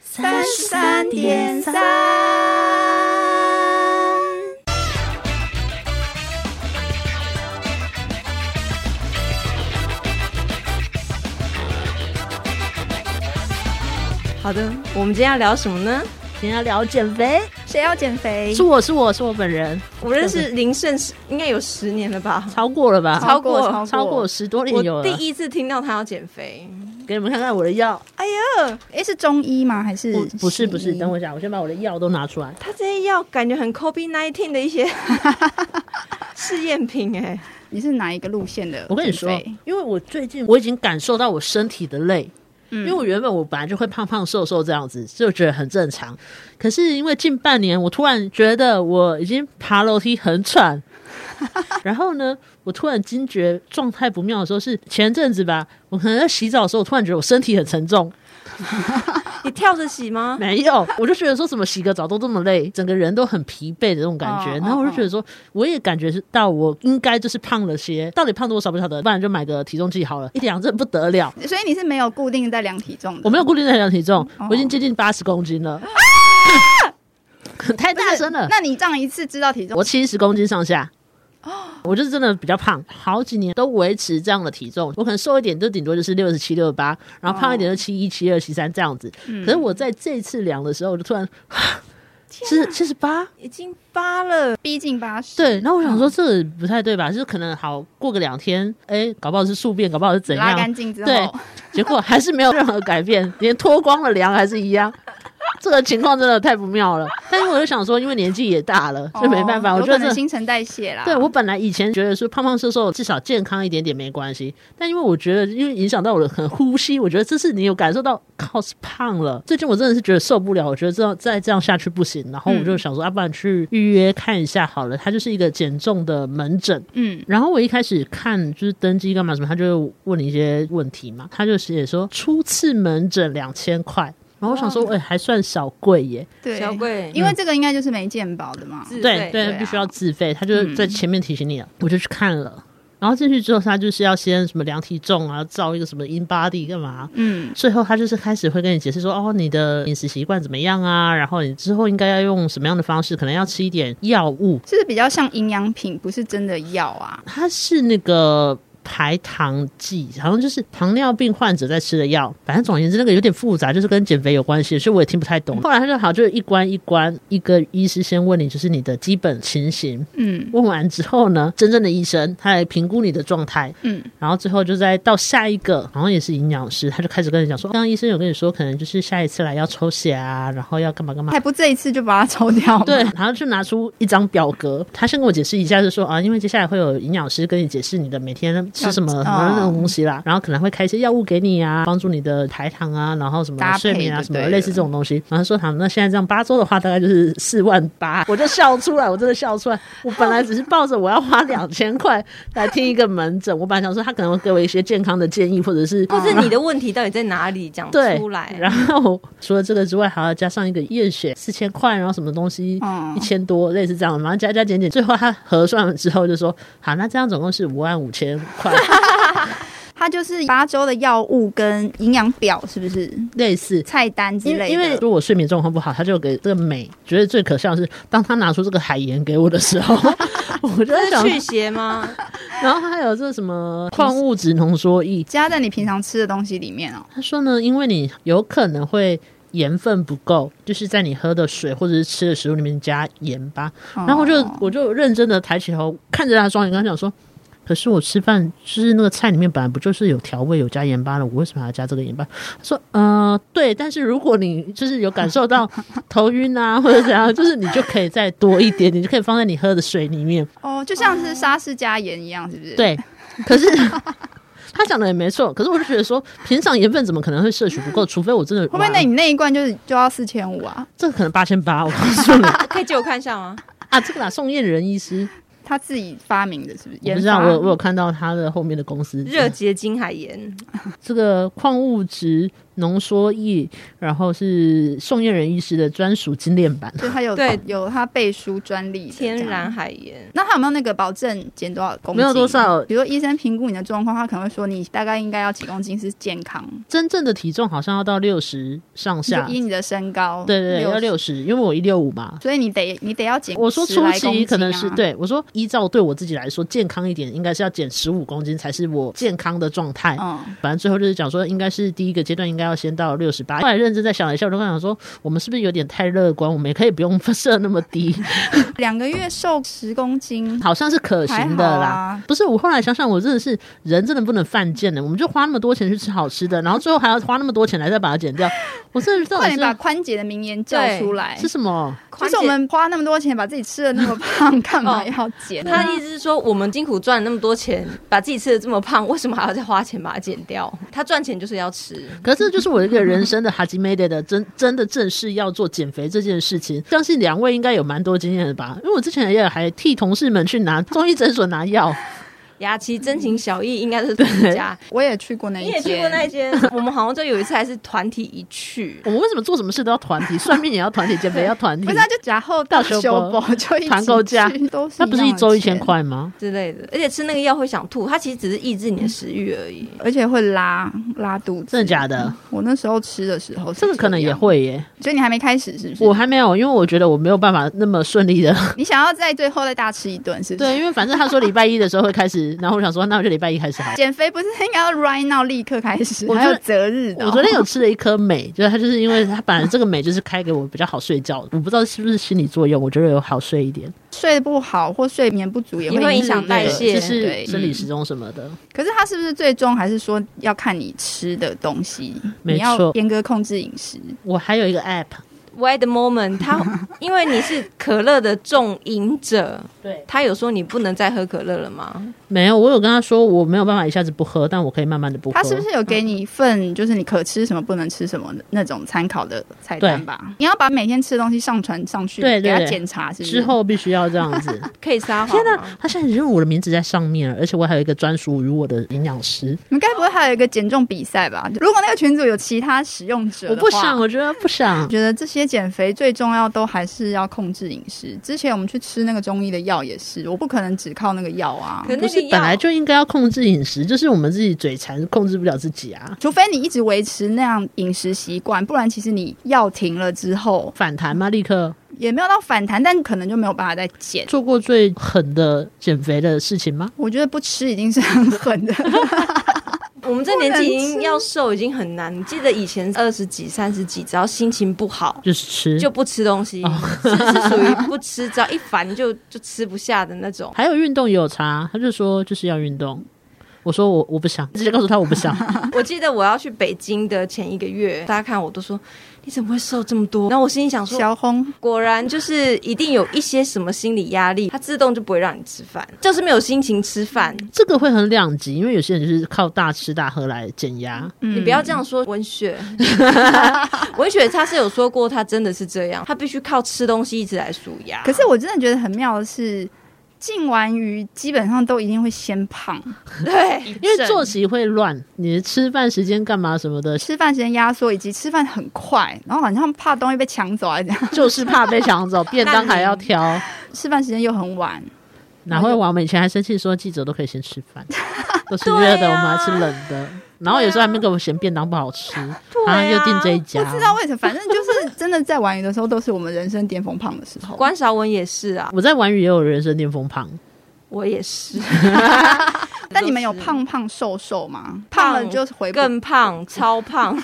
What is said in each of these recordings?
三十三点三。好的，我们今天要聊什么呢？今天要啊聊减肥，谁要减肥是？我是我是我本人，我认识林胜是应该有十年了吧？超过了吧？超过啊超超过十多年有啊我了。第一次听到他要减肥，给你们看看我的药，嗯哎呀，哎，是中医吗？还是不不是不是，西医等我一下，我先把我的药都拿出来。他这些药感觉很 COVID nineteen 的 一些试验品哎、你是哪一个路线的？我跟你说，因为我最近我已经感受到我身体的累，因为我原本我本来就会胖胖瘦瘦这样子，就觉得很正常。可是因为近半年，我突然觉得我已经爬楼梯很喘，然后呢，我突然惊觉状态不妙的时候是前阵子吧，我可能在洗澡的时候，我突然觉得我身体很沉重，你跳着洗 吗？没有，我就觉得说怎么洗个澡都这么累，整个人都很疲惫的那种感觉。哦然后我就觉得说，我也感觉是到我应该就是胖了些，到底胖多少不晓得，不然就买个体重计好了，一量真不得了。所以你是没有固定在量体重的。我没有固定在量体重哦，啊我已经接近八十公斤了， 太大声了。那你这样一次知道体重，我七十公斤上下。哦 我就是真的比较胖，好几年都维持这样的体重。我可能瘦一点，就顶多就是六十七、六十八，然后胖一点就哦七一、七二、七三这样子。嗯可是我在这次量的时候，我就突然啊啊七十七十八，已经八了，逼近八十，对。那我想嗯说，这不太对吧？就是可能好过个两天，哎，搞不好是宿便，搞不好是怎拉样，干净之对后，，结果还是没有任何改变，连脱光了量还是一样。这个情况真的太不妙了。但是我就想说，因为年纪也大了，就没办法。哦我有觉得可这能新陈代谢啦。对我本来以前觉得说胖胖瘦瘦至少健康一点点没关系，但因为我觉得因为影响到我的很呼吸，我觉得这是你有感受到靠是胖了。最近我真的是觉得受不了，我觉得这样再这样下去不行，然后我就想说，要、啊、不然去预约看一下好了。它就是一个减重的门诊，嗯，然后我一开始看就是登记干嘛什么，他就会问你一些问题嘛，他就写说初次门诊两千块，然后我想说，哎、还算小贵耶，对，小贵因为这个应该就是没健保的嘛。自对费对，嗯对啊必须要自费，他就在前面提醒你了，我就去看了，然后进去之后，他就是要先什么量体重啊，照一个什么 in body 干嘛，嗯，最后他就是开始会跟你解释说，哦，你的饮食习惯怎么样啊，然后你之后应该要用什么样的方式，可能要吃一点药物，就是比较像营养品，不是真的药啊。它是那个排糖剂，好像就是糖尿病患者在吃的药。反正总而言之，那个有点复杂，就是跟减肥有关系，所以我也听不太懂。后来他就好，就是一关一关，一个医师先问你就是你的基本情形，嗯问完之后呢，真正的医生他来评估你的状态，嗯，然后最后就再到下一个，好像也是营养师，他就开始跟你讲说，刚刚医生有跟你说，可能就是下一次来要抽血啊，然后要干嘛干嘛还。不这一次就把它抽掉吗？对，然后就拿出一张表格，他先跟我解释一下，就说啊，因为接下来会有营养师跟你解释你的每天吃什么要什么那哦种东西啦，然后可能会开一些药物给你啊，帮助你的排糖啊，然后什搭么配睡眠啊就什么对类似这种东西。然后他说好，那现在这样八周的话，大概就是四万八， 我就笑出来，我真的笑出来。我本来只是抱着我要花两千块来听一个门诊，我本来想说他可能会给我一些健康的建议，或者是或是你的问题到底在哪里讲对出来？然后除了这个之外，还要加上一个验血四千块，然后什么东西嗯一千多，类似这样，然后加加减减，最后他核算完之后就说，好，那这样总共是五万五千块，它就是八周的药物跟营养表，是不是类似。菜单 之因类为的？因为如果睡眠状况不好，他就给这个美。觉得最可笑的是，当他拿出这个海盐给我的时候， 我就在这想是，去邪吗？ 然后还有这什么矿物质浓缩液，加在你平常吃的东西里面哦。他说呢，因为你有可能会盐分不够，就是在你喝的水或者是吃的食物里面加盐巴， 然后我就哦我就认真的抬起头看着他的双眼，跟他讲说：“可是我吃饭就是那个菜里面本来不就是有调味有加盐巴的，我为什么还要加这个盐巴？”他说：“呃，对，但是如果你就是有感受 到头晕啊或者怎样，就是你就可以再多一点，你就可以放在你喝的水里 面。哦，就像是沙士加盐一样，是不是？，对，可是。” 他讲的也没错，可是我就觉得说，平常盐分怎么可能会摄取不够？除非我真的会不会那你那一罐就是就要四千五啊？这个可能八千八，我告诉你可以借我看一下吗？啊，这个啦，宋燕人医师，他自己发明的，是不是？我研不知道，发我有我有看到他的后面的公司热结晶海盐，这个矿物质浓缩液，然后是宋燕人医师的专属精炼版。就它有对有它背书专利的天这样然海盐，那他有没有那个保证减多少公斤？没有多少比如说医生评估你的状况，他可能会说你大概应该要几公斤是健康，真正的体重好像要到六十上下就，依你的身高，啊对对，对要60，六十，因为我一六五嘛。所以你得你得要减。我说初啊期可能是、对。对我说，依照对我自己来说健康一点，应该是要减十五公斤才是我健康的状态。嗯，反正最后就是讲说，应该是第一个阶段应该要先到六十八。后来认真再想了一下，我就跟他讲说，我们是不是有点太乐观？我们也可以不用 设那么低，两个月瘦十公斤，好像是可还行好的啦。啊。不是，我后来想想，我真的是人真的不能犯贱的。我们就花那么多钱去吃好吃的，然后最后还要花那么多钱来再把它减 掉，我真的到快底点把是宽姐的名言叫出来，是什么？就是我们花那么多钱把自己吃的那么 胖，干嘛要哦减？他意思是说，我们辛苦赚了那么多钱，把自己吃的这么胖，为什么还要再花钱把它减掉？他赚钱就是要吃，可是这就是我一个人生的哈基梅德的真真的正式要做减肥这件事情，相信两位应该有蛮多经验的吧？因为我之前也还替同事们去拿中医诊所拿 药，雅琪真情小意应该是自己家。我也去过那 一你间，也去过那一间？ 我们好像就有一次还是团体一去，我们为什么做什么事都要团体？算命也要团体，减肥也要团体不是，，他啊就假后到修修博博就一起团购价去都是 那不是样一的周一钱千，块吗？之类的，而且吃那个药会想吐，它其实只是抑制你的食欲而已。而且会拉拉肚子，真的假的？我那时候吃的时候啊是啊这个可能样也，会耶，所以你还没开始是不是？我还没有，因为我觉得我没有办法那么顺利的。你想要在最后再大吃一顿是不是？对，因为反正他说礼拜一的时候会开始，然后我想说，那我就礼拜一开始好了。减肥不是应该要 right now 立刻开始，我还有昨择日的哦、我昨天有吃了一颗镁，就是它就是因为它本来这个镁就是开给我比较好睡觉，我不知道是不是心理作用，我觉得有好睡一点，睡不好或睡眠不足也也会会影响代谢就对嗯是生理时钟什么的。可是它是不是最终还是说要看你吃的东西？没你要错严格控制饮食。我还有一个 app， Why the moment？他 因为你是可乐的重饮者，对，他有说你不能再喝可乐了吗？没有，我有跟他说我没有办法一下子不喝，但我可以慢慢的不喝。它是不是有给你一份就是你可吃什么不能吃什么的那种参考的菜单吧？你要把每天吃的东西上传上去，对对给对他检查是不是之。后必须要这 样子？可以撒谎天吗？哪，他现在已经有我的名字在上面了，而且我还有一个专属于我的营养师。你们该不会还有一个减重比赛吧？如果那个群组有其他使用者我的话，不想，我觉得不想我。觉得这些减肥最重要都还是要控制饮食。之前我们去吃那个中医的药也是，我不可能只靠那个药啊可，那不个是药本来就应该要控制饮食，就是我们自己嘴馋控制不了自己啊，除非你一直维持那样饮食习惯，不然其实你药停了之后反弹嘛，立刻也没有到反弹，但可能就没有办法再减。做过最狠的减肥的事情吗？我觉得不吃已经是很狠的，我们这年纪已经要瘦，已经很难。记得以前二十几、三十几，只要心情不好就是吃，就不吃东西，哦是是属于不吃，只要一烦就就吃不下的那种。还有运动也有差，他就说就是要运动。我说我我不想，直接告诉他我不想。我记得我要去北京的前一个月，大家看我都说你怎么会瘦这么多？然后我心里想说，小 红果然就是一定有一些什么心理压力，它自动就不会让你吃饭，就是没有心情吃饭。这个会很两极，因为有些人就是靠大吃大喝来减压。嗯你不要这样说，文雪，文雪她是有说过，她真的是这样，她必须靠吃东西一直来舒压。可是我真的觉得很妙的是，进完鱼基本上都一定会先胖，对，因为作息会乱，你吃饭时间干嘛什么的，吃饭时间压缩，以及吃饭很快，然后好像怕东西被抢走啊，这样 就是怕被抢走，便当还要挑。吃饭时间又很晚，哪会玩？我们以前还生气说记者都可以先吃饭，都是热的，对啊我们还吃冷的。然后有时候还没给我嫌便当不好吃，然后又订这一家不。知道为什么，反正就是真的在玩鱼的时候，都是我们人生巅峰胖的时候。关韶文也是啊，我在玩鱼也有人生巅峰胖，我 也是，但你们有胖胖瘦瘦吗？胖胖了就是回不，更胖，超 胖。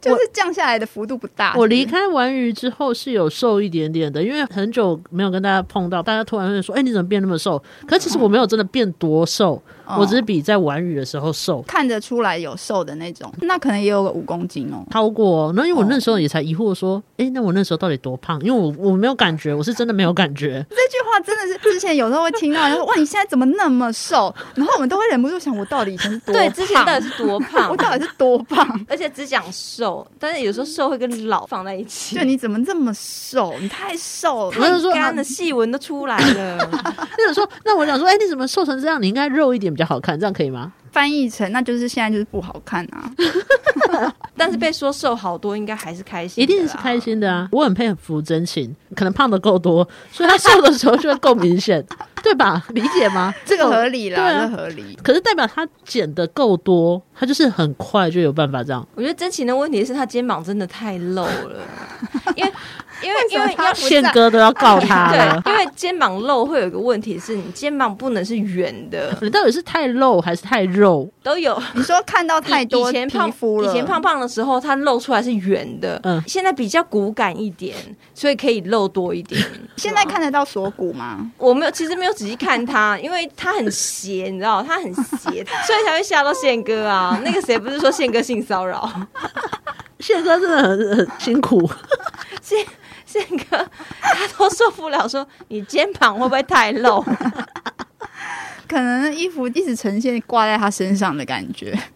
就是降下来的幅度不大。我离啊是不是开玩鱼之后是有瘦一点点的，因为很久没有跟大家碰到，大家突然会说：“哎、你怎么变那么瘦？”可其实我没有真的变多瘦，哦我只是比在玩鱼的时候瘦。看得出来有瘦的那种，那可能也有个五公斤哦。超过，那因为我那时候也才疑惑说，哎、那我那时候到底多胖？因为我我没有感觉，我是真的没有感 觉。这句话真的是之前有时候会听到，然后哇，你现在怎么那么瘦？ 然后我们都会忍不住想，我到底以前是多对，之前胖到底是多胖我？到底是多胖？ 而且只讲瘦，但是有时候瘦会跟老放在一起就。你怎么这么瘦？你太瘦我了。就说，啊干的细纹都出来了， 那想说，那我想说，哎、你怎么瘦成这样？你应该肉一点比较好看，这样可以吗？翻译成那就是现在就是不好看 啊。但是被说瘦好多，应该还是开心，一定是开。心的 啊！我很佩服真情，可能胖的够多，所以他瘦的时候就会够明显，对吧？理解吗？这个合理哦啦，对啊这合理。可是代表他减的够多，他就是很快就有办法这样。我觉得真情的问题是他肩膀真的太露 了，因为因为因为要不宪哥都要告他了，对，因为肩膀露会有一个问题是你肩膀不能是圆的，你到底是太肉还是太肉？都有你说看到太多以前皮胖肤了，以前胖胖的时候，它露出来是圆的，嗯现在比较骨感一点，所以可以露多一点。 现在看得到锁骨吗？我没有，其实没有仔细看它，因为它很斜，你知道，它很 斜，所以才会吓到宪哥啊。那个谁不是说宪哥性骚扰？宪哥真的很很辛苦，宪宪哥他都受不了说你肩膀会不会太露？可能衣服一直呈现挂在他身上的感觉。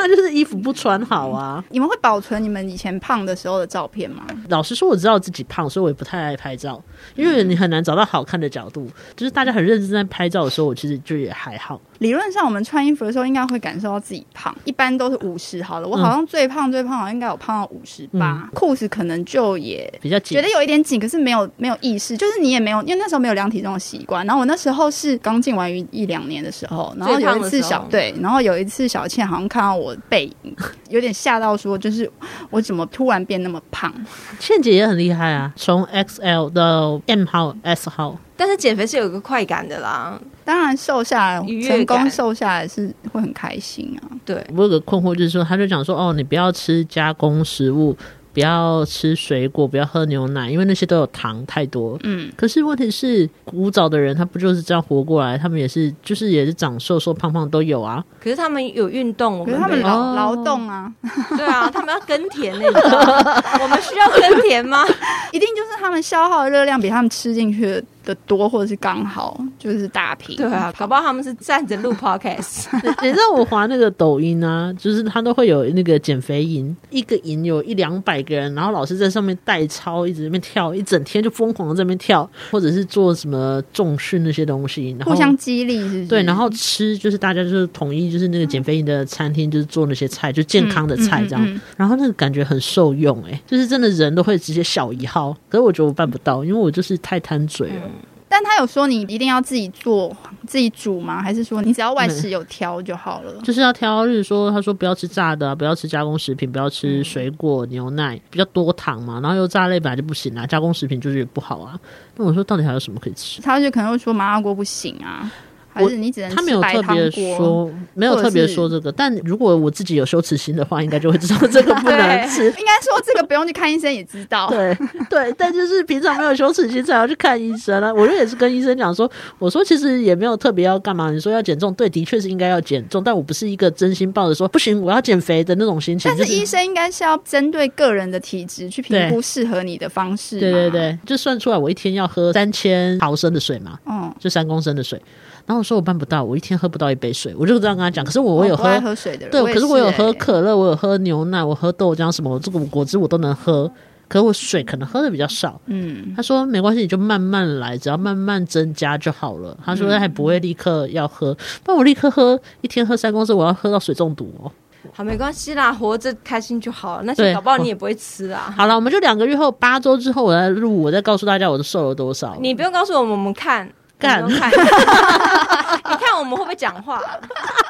他就是衣服不穿好啊。你们会保存你们以前胖的时候的照片吗？老实说，我知道自己胖，所以我也不太爱拍照，因为你很难找到好看的角度。就是大家很认真在拍照的时候，我其实就也还好。理论上，我们穿衣服的时候应该会感受到自己胖，一般都是五十好了。我嗯好像最胖最胖好像应该有胖到五十八，嗯裤子可能就也比较紧觉得有一点紧，可是没有没有意识，就是你也没有，因为那时候没有量体重的习惯。然后我那时候是刚进完一一两年的时候，然后最胖有的一时次候小对，然后有一次小倩好像看到我背影， 有点吓到说，就是我怎么突然变那么胖？倩姐也很厉害啊，从 XL 到 M 号、S 号，但是减肥是有一个快感的啦，当然瘦下愉悦来，成功感瘦下来是会很开心啊。对。我有个困惑，就是说，他就讲说，哦，你不要吃加工食物，不要吃水果，不要喝牛奶，因为那些都有糖太多。嗯，可是问题是，古早的人他不就是这样活过来？他们也是，就是也是长瘦瘦胖胖都有啊。可是他们有运动，我可是们他们没有劳劳动啊， 对啊， 他们要耕田那种，我 们需要耕田吗？一定就是他们消耗的热量比他们吃进去的的多，或者是刚好就是大瓶。对啊，搞不好他们是站着录 podcast， 你你知道我滑那个抖音啊，就是他都会有那个减肥营，一个营有一两百个人，然后老师在上面代操，一直在那边跳，一整天就疯狂的在那边跳，或者是做什么重训那些东西，然后互相激励是不是？对，然后吃就是大家就是统一就是那个减肥营的餐厅，就是做那些菜，就健康的菜这样。嗯嗯嗯然后那个感觉很受用哎、就是真的人都会直接小一号。可是我觉得我办不到，因为我就是太贪嘴了。嗯但他有说你一定要自己做、自己煮吗？还是说你只要外食有挑就好了？就是要挑，就是说，他说不要吃炸的啊、不要吃加工食品，不要嗯吃水果、牛奶，比较多糖嘛。然后又炸类本来就不行啊，加工食品就是不好啊。那我说到底还有什么可以吃？他就可能会说麻辣锅不行啊，还是你只能他没有吃白特汤别锅？说，没有或者特别是说这个。但如果我自己有羞耻心的话，应该就会知道这个 不能对吃。应该说这个不用去看医生也知 道。对对，但就是平常没有羞耻心才要去看医生啊。我就也是跟医生讲说，我说其实也没有特别要干嘛。你说要减重，对，的确是应该要减重，但我不是一个真心抱着说不行我要减肥的那种心情。但是就医生应该是要针对个人的体质去评对估适合你的方式。对对，对，就算出来我一天要喝三千毫升的水嘛，嗯，就三公升的水。然后我说我办不到，我一天喝不到一杯水，我就这样跟他讲。可是我我有哦不喝，爱喝水的人，对，也可是我有喝欸可乐，我有喝牛奶，我喝豆浆什么，我这个果汁我都能喝。可我水可能喝的比较少，嗯，他说没关系，你就慢慢来，只要慢慢增加就好了。他说还不会立刻要喝，不然我立刻喝一天喝三公升，我要喝到水中毒哦。好，没关系啦，活着开心就好了。那对些搞不好你也不会吃啊。好了，我们就两个月后八周之后我再录，我再告诉大家我瘦了多少。你不用告诉我们，我们看，干我们看， 你看我们会不会讲话？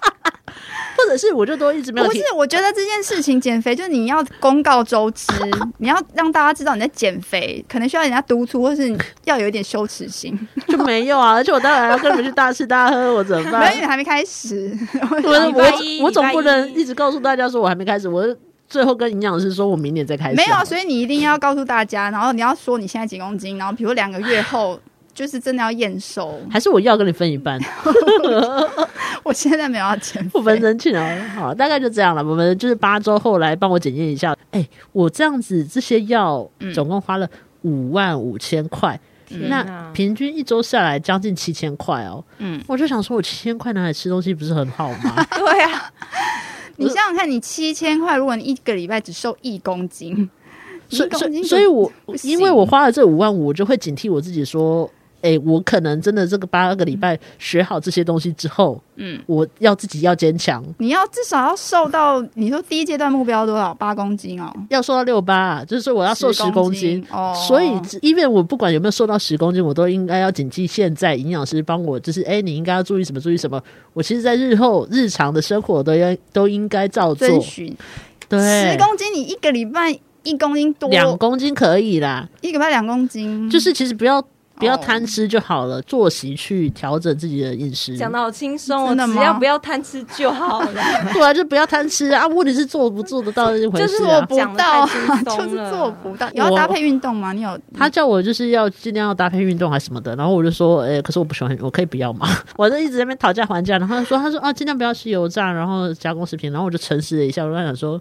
或者是我就都一直没有不是听。，我觉得这件事情减肥就是你要公告周知，你要让大家知道你在减肥，可能需要人家督促，或是你要有一点羞耻 心。就没有啊，而且我当然要跟你们去大吃大喝，我怎么没有，办因为？还没开始。我礼拜一我我总不能礼拜一一直告诉大家说我还没开始，我最后跟营养师说我明年再开始。啊没有，啊所以你一定要告诉大家，然后你要说你现在几公斤，然后比如两个月后。就是真的要验收，还是我要跟你分一 半。我现在没有要减肥，不分真情哦。好，大概就这样了。我们就是八周后来帮我检验一下。哎、我这样子这些药嗯总共花了五万五千块，天那哪！平均一周下来将近七千块哦。嗯，我就想说，我七千块拿来吃东西不是很好 吗？对啊，你想想看，你七千块，如果你一个礼拜只瘦一公斤，所一以，公所斤以，就所以我不行因为我花了这五万五，我就会警惕我自己说。哎、我可能真的这个八个礼拜学好这些东西之后，嗯，我要自己要坚强，你要至少要瘦到，你说第一阶段目标多少？八公斤哦，要瘦到六八、啊就是说我要瘦十公斤。哦，所以，因为我不管有没有瘦到十公斤，我都应该要谨记现在营养师帮我，就是哎、你应该要注意什么，注意什么。我其实，在日后日常的生活都要都应该照做。遵循对，十公斤，你一个礼拜一公斤多，嗯两公斤可以啦，一个礼拜两公斤，就是其实不要不要哦贪吃就好了，作息去调整自己的饮食。讲的好轻松哦，真的吗只要不要贪吃就好了。对啊，就不要贪吃啊，问题是做不做得到这回 就事是啊做。不讲得到太啊，轻松就是了做不到。有要我搭配运动吗？你有他叫我就是要尽量要搭配运动还啊是什么的，然后我就说，哎、可是我不喜欢，我可以不要吗？ 我就一直在那边讨价还价，然后他说，他说啊，尽量不要吃油炸，然后加工食品，然后我就沉思了一下，我就想说，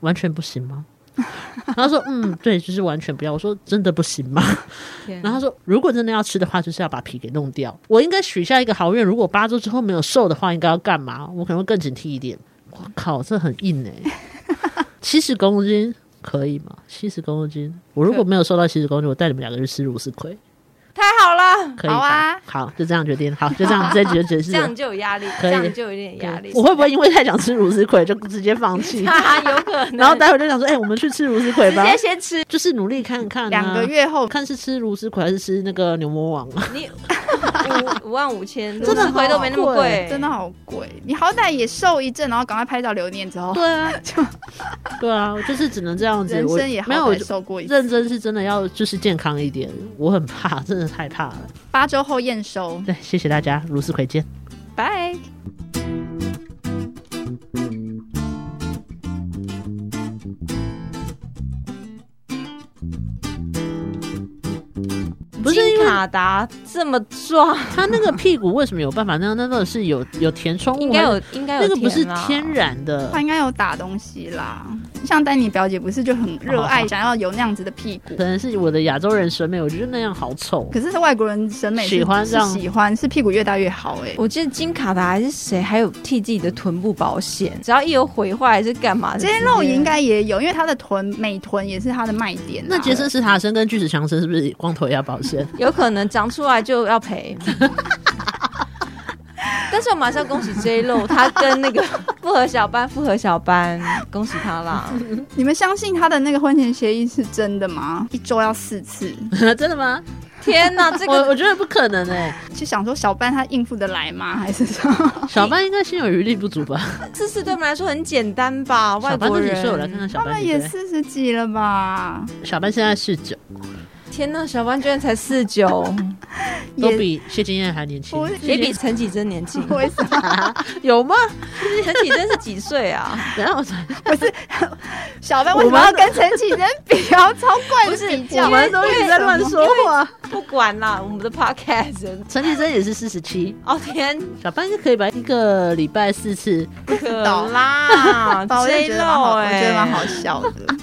完全不行吗？ 然后他说，嗯，对，就是完全不要。我说真的不行吗？天然后他说，如果真的要吃的话，就是要把皮给弄掉。我应该许下一个好愿，如果八周之后没有瘦的话，应该要干嘛？我可能会更警惕一点。我靠，这很硬哎、 七十公斤可以吗？七十公斤，我如果没有瘦到七十公斤，我带你们两个去吃乳丝葵，太好了，可以吧好啊好，就这样决定。好，就这 样，这一集就解释这样你就有压力，可这以样你就有点压力。？我会不会因为太想吃乳丝葵就直接放弃 哈啊哈，有可能。然后待会就想说，哎、我们去吃乳丝葵直吧，接先吃就是努力看看、啊。两个，月后看是吃乳丝葵还是吃那个牛魔王啊？ 你 五五万五千，真的五十回都没那么好贵贵，真的好贵，你好歹也瘦一阵，然后赶快拍照留念之后，对啊，对啊，我就是只能这样子。人我生也好没有我歹瘦过一次。认真是真的要就是健康一点，我很怕，真的太怕了。八周后验收，对，谢谢大家，如斯葵见。拜。不是因为金卡达这么壮，他那个屁股为什么有办法那样？那到底是有有填充物吗？应该有，应该哦有啊那嗯个不是啦天然的他。应该有打东西啦。像丹尼表姐不是就很热好好爱想要有那样子的屁股，可能是我的亚洲人审美，我觉得那样好丑。可是外国人审美是喜欢这是样喜欢是屁股越大越好哎、我记得金卡达还是谁，还有替自己的臀部保险，只要一有毁坏还是干嘛的，这些肉也应该也有，因为她的臀美臀也是她的卖点啊、那杰森·斯塔森跟巨石强森是不是光头也要保 险？有可能长出来就要赔。 但是我马上恭喜 J Lo，他跟那个 复合小班，复合小班，恭喜他啦！你们相信他的那个婚前协议是真的吗？一周要 四次， 真的吗？天哪，这我个我觉得不可能哎、 就想说小班他应付得来吗？还是 什么？小班应该心有余力不足吧？姿势对我们来说很简单吧？外小班国这几人岁，我来看看小他班们几也岁。四十几了吧？小班现在是九，天哪，小班居然才四 九，都也比谢金燕还年轻我。也比陈绮贞年 轻。 为什么？有吗？陈绮贞是几岁啊？然后我才小班为什么要跟陈绮贞比较超怪的不是比较？我们都一直在乱说话。不管啦，我们的 podcast。陈绮贞也是四十七，哦天，小班是可以吧？一个礼拜四次，不可啦 欸我就觉得蛮好，我觉得蛮好笑的。